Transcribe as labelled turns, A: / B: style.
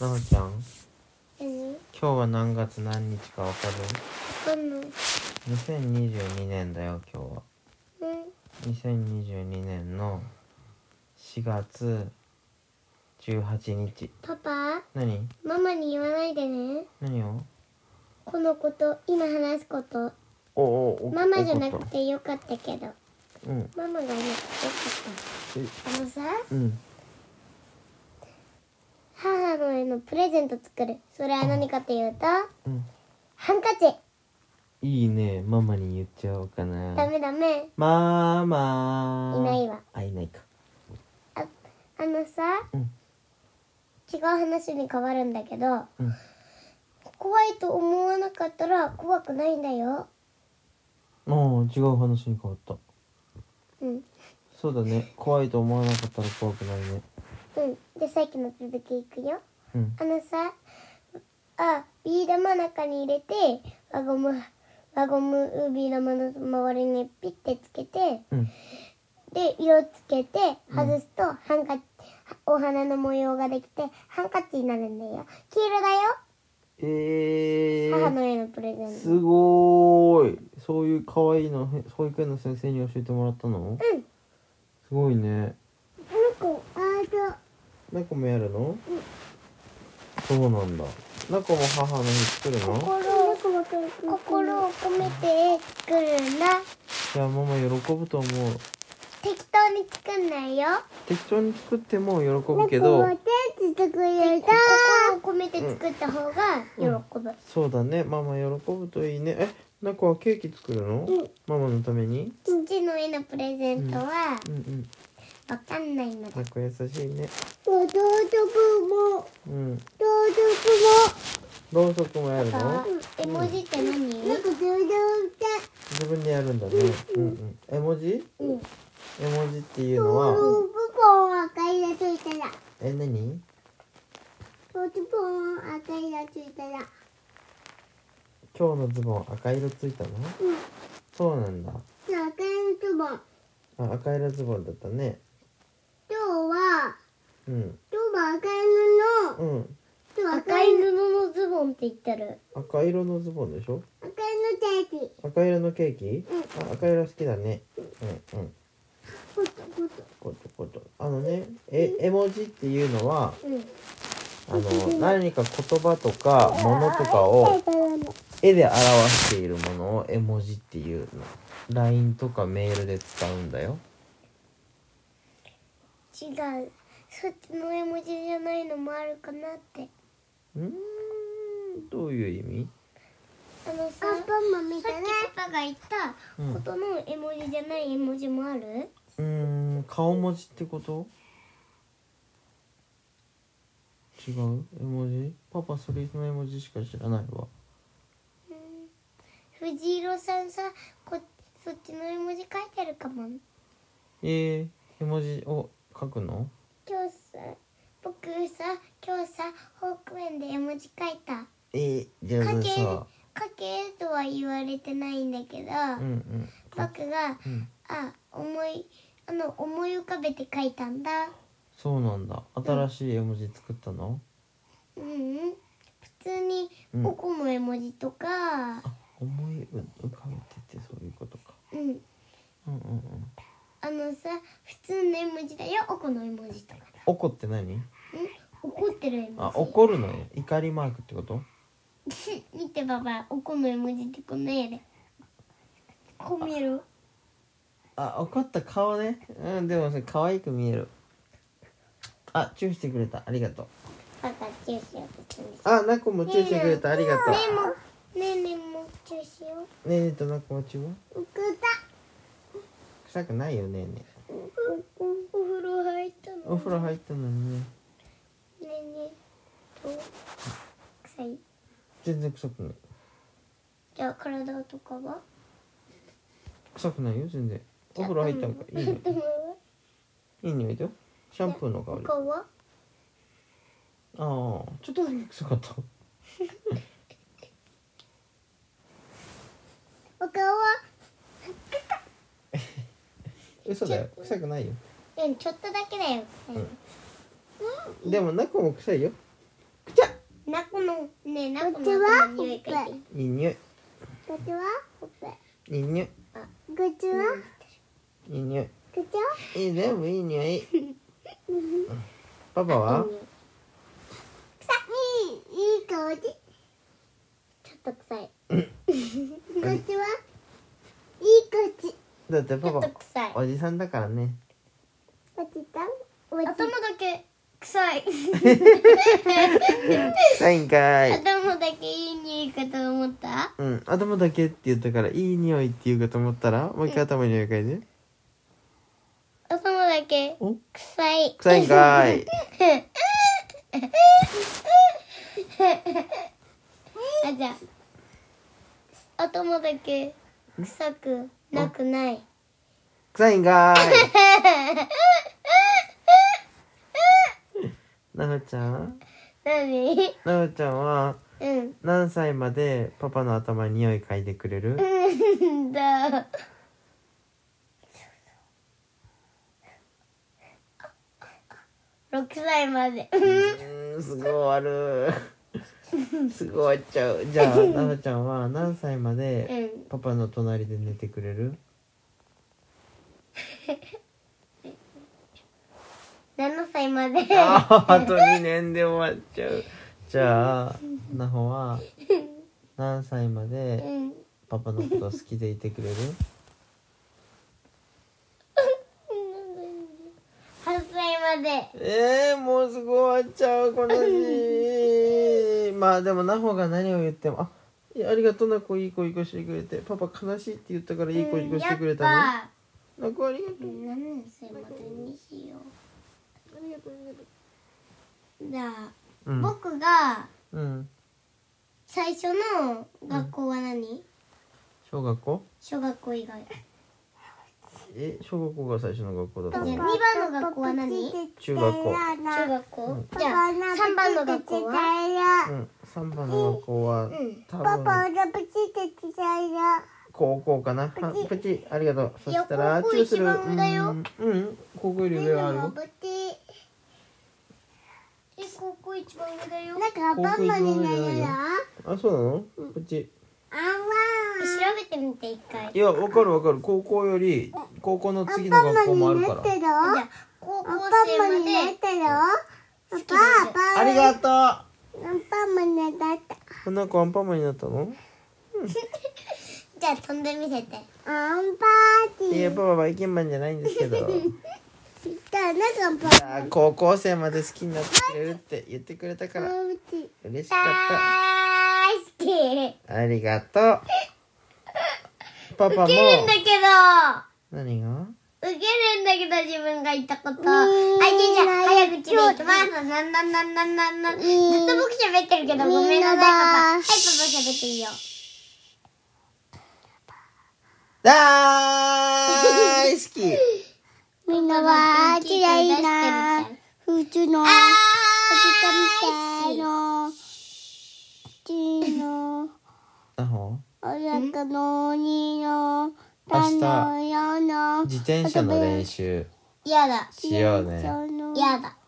A: なおちゃん
B: 何わ
A: 今日は何月何日かわかる
B: かんない。
A: 2022年だよ今日は
B: うん。
A: 2022年の4月18日
B: パパ、
A: 何
B: ママに言わないでね。
A: 何を
B: このこと、今話すこと。
A: おおお
B: ママじゃな
A: 怒
B: く
A: った
B: てよかったけど。
A: うん
B: ママがいなく
A: え
B: てよかった。あのさ、
A: うん
B: 母のへのプレゼント作る。それは何かというと、
A: うん
B: ハンカチ。
A: いいねママに言っちゃおうか
B: ダ
A: な
B: メダメ。
A: マーマー
B: いないわ
A: あいないか
B: ああのさ、
A: うん
B: 違う話に変わるんだけど、
A: うん
B: 怖いと思わなかったら怖くないんだよ。
A: もう違う話に変わった
B: うん。
A: そうだね怖いと思わなかったら怖くないね
B: うん。で、さっきの続きいくよ。
A: うん
B: あのさ、あ、ビー玉中に入れて、輪ゴム、輪ゴム、ビー玉の周りにピッてつけて、
A: うん
B: で、色つけて、外すと、ハンカチ、お花の模様ができて、ハンカチになるんだよ。黄色だ
A: え
B: よ。母の
A: ー、
B: 絵のプレゼント。
A: すごーいそういう可愛いのへ保育園の先生に教えてもらったの
B: うん。
A: すごいね
B: なんか、あじゃ
A: 猫もやるの、そうなんだ猫も母の日作るの
B: 心を、心を込めて作るんだ。
A: いやママ喜ぶと思う
B: 適当に作んないよ。
A: 適当に作っても喜ぶけど
B: 手作れた。心を込めて作った方が喜ぶ。
A: そうだねママ喜ぶといいねえ猫はケーキ作るの、
B: うん
A: ママのために
B: 父の絵のプレゼントは
A: うんうん
B: わかんないのだ。
A: 猫優しいね
B: 弟分も、
A: うん
B: 弟
A: ろうそくもやる
B: 分
A: の
B: 絵文字って何？なんか弟
A: 自分でやるんだねうんうん絵文字
B: 分。うん。
A: 絵文字っていうのは
B: ポン赤いのついたら、
A: え何
B: 弟分赤いのついたら、
A: 今日のズボン赤色ついたの
B: うん。
A: そうなんだ
B: じゃあ赤いズボン。
A: あ赤色ズボンだったね
B: 今日は
A: うん
B: 今日は赤い布の
A: うん
B: 今日は赤い布のズボンって言ってる
A: 赤色のズボンでしょ
B: 赤いのチャージ
A: 赤色のケーキ
B: うん
A: あ赤色好きだねうんうん
B: ほっとほっと
A: ことことあのねえ絵文字っていうのは
B: うん
A: あの何か言葉とか物とかを絵で表しているものを絵文字っていうの LINE とかメールで使うんだよ
B: 違うそっちの絵文字じゃないのもあるかなって
A: うーんどういう意味
B: あのさアンパンマンみたいなさっきパパが言ったことの絵文字じゃない絵文字もある
A: うーん顔文字ってこと違う絵文字パパそれの絵文字しか知らないわ
B: 藤色さんさこそっちの絵文字書いてるかも
A: えー、絵文字を書くの
B: 今日さ僕さ今日さ保育園で絵文字書いた
A: えー、じゃあ
B: 書け
A: さ
B: 書けとは言われてないんだけど、
A: うんうん
B: 僕が
A: うん
B: あ思いあの思い浮かべて書いたんだ
A: そうなんだ新しい絵文字作ったの、
B: うんうん普通に
A: うん
B: おこの絵文字とか
A: あ思い浮かべててそういうことか
B: うん、
A: うんうんうん
B: あのさ普通の絵文字だよおこの絵文字とか
A: 怒って何
B: うん怒ってる絵文字
A: あ怒るのね怒りマークってこと
B: 見てばばおこの絵文字ってこの絵でこう見える
A: あ怒った顔ねうんでもそれ可愛く見えるあチューしてくれたありがとう
B: パパチューしようとしてる
A: あなこもチューしてくれたありがと
B: ねえも
A: う
B: ねえねえもチューしよ
A: ねえねえとなこもチューは
B: ううくた
A: 臭くないよねえねえ
B: おお風呂入ったの
A: お風呂入ったのにね
B: ねえねえと臭い
A: 全然臭くない
B: じゃあ体とかは
A: 臭くないよ全然お風呂入ったのかいいね
B: 頭はい
A: い匂いだよシャンプーの香り
B: 他は
A: ああちょっとだけ臭かった
B: 他は
A: 嘘だよ臭くないよ
B: うんちょっとだけだよ、
A: でもなこも臭いよく
B: なこのねえなこの
C: こっちは
B: の匂い嗅いで
A: にんにゅ
C: こっちは
B: ほっぺ
A: にんにゅ
C: こっちは
A: にんにゅ
C: こっちはい
A: い全部いい匂 いパパは
C: 臭いいい香りこ
B: ちょっと臭い
C: っちはいいこっち
A: だって
B: ち
A: パ
B: ょっ
A: パ
B: と臭い
A: おじさんだからね
C: おじさんおじ
B: 頭だけ臭い
A: サインかーい
B: 頭だけいい匂いかと思った
A: うん頭だけって言ったからいい匂いって言うかと思ったらもう一回頭に匂い嗅いで
B: 頭だけ
A: お
B: 臭い
A: サインかーい
B: あじゃあ頭だけ臭くなくない
A: サインかーいなほちゃん
B: 何
A: なほちゃんは
B: うん
A: 何歳までパパの頭に匂い嗅いでくれる
B: うんだ6歳まで
A: うーんすごい終わる すごい終わっちゃうじゃあななちゃんは何歳まで
B: うん
A: パパの隣で寝てくれる
B: 7歳まで
A: ああと2年で終わっちゃうじゃあなほは何歳ま
B: う
A: で
B: ん
A: パパのこと好きでいてくれる
B: 8歳まで
A: えー、もうすぐ終わっちゃうこの日 まあでもなほが何を言ってもあいやありがとうなこいい子いい子してくれてパパ悲しいって言ったからいい子いい子してくれたの
B: やっぱ
A: なこありがとう
B: 7歳までにしよ
A: ありがとうありがと
B: うじゃあ
A: ううん
B: 僕が
A: うん
B: 最初の学校は何、
A: 小学校
B: 小学校以外
A: え小学校が最初の学校だった
B: じゃあ2
A: の
B: 番の学校は何
A: 中学校
B: 中学校じゃあ3番の学校
A: う
B: は
C: は
A: ん3番の学校は
B: ん
A: 多
C: パパ
A: 分
C: おだぶちってちたいな
A: 高校かなあプチありがとうそ
B: いや
A: したら
B: 高校
A: チューする
B: 一番上だよ
A: うんうん高校より上はある
C: なん
A: よ
C: か
B: え高校一番上だよ
C: パパになるよ
A: あそうなのプチ
B: 調
C: あ
B: べてみて一回
A: い
B: じ
A: やわかるわかる高校より高校の
C: わ
A: 次の学校もある
C: アンパンマンに
A: か
C: なっ
A: ら
C: てる
B: ゃあ高校
C: アンパンマン
B: 生
C: にな
B: ま
C: っ
B: で
C: てる
B: 好きで
C: パパ
A: ありがと
C: アンパンマンになった
A: う花子アンパンマンになったの
B: じゃあ飛んでみせて
C: アンパーティー
A: いやパパバイキンマンじゃないんです けど
C: だなんかパ
A: あー高校生まで好きになってくれるって言ってくれたか
C: パ
A: ら
C: ーティー
A: 嬉しかった
B: 大好き受
A: ありがとう。パパも
B: けるんだけ
A: 何が？
B: ど受けるんだけど自分が言ったことあ
C: ー
B: いいじゃん早口で行きますなんなんなんなんなんなんずっと僕喋ってるけどごめんなさいパパ
C: みんなだ
B: はいパパ喋っていいよ
A: 大好 き。
C: みんなは
B: パパが元気に出してる
C: 嫌
B: み
C: い
B: たい
C: な普通のおじさんみたいの普通の
A: なほ。
C: お腹の鬼のたのよの
A: 自転車の練習
B: 嫌だ
A: しようね。
C: の
B: 嫌だ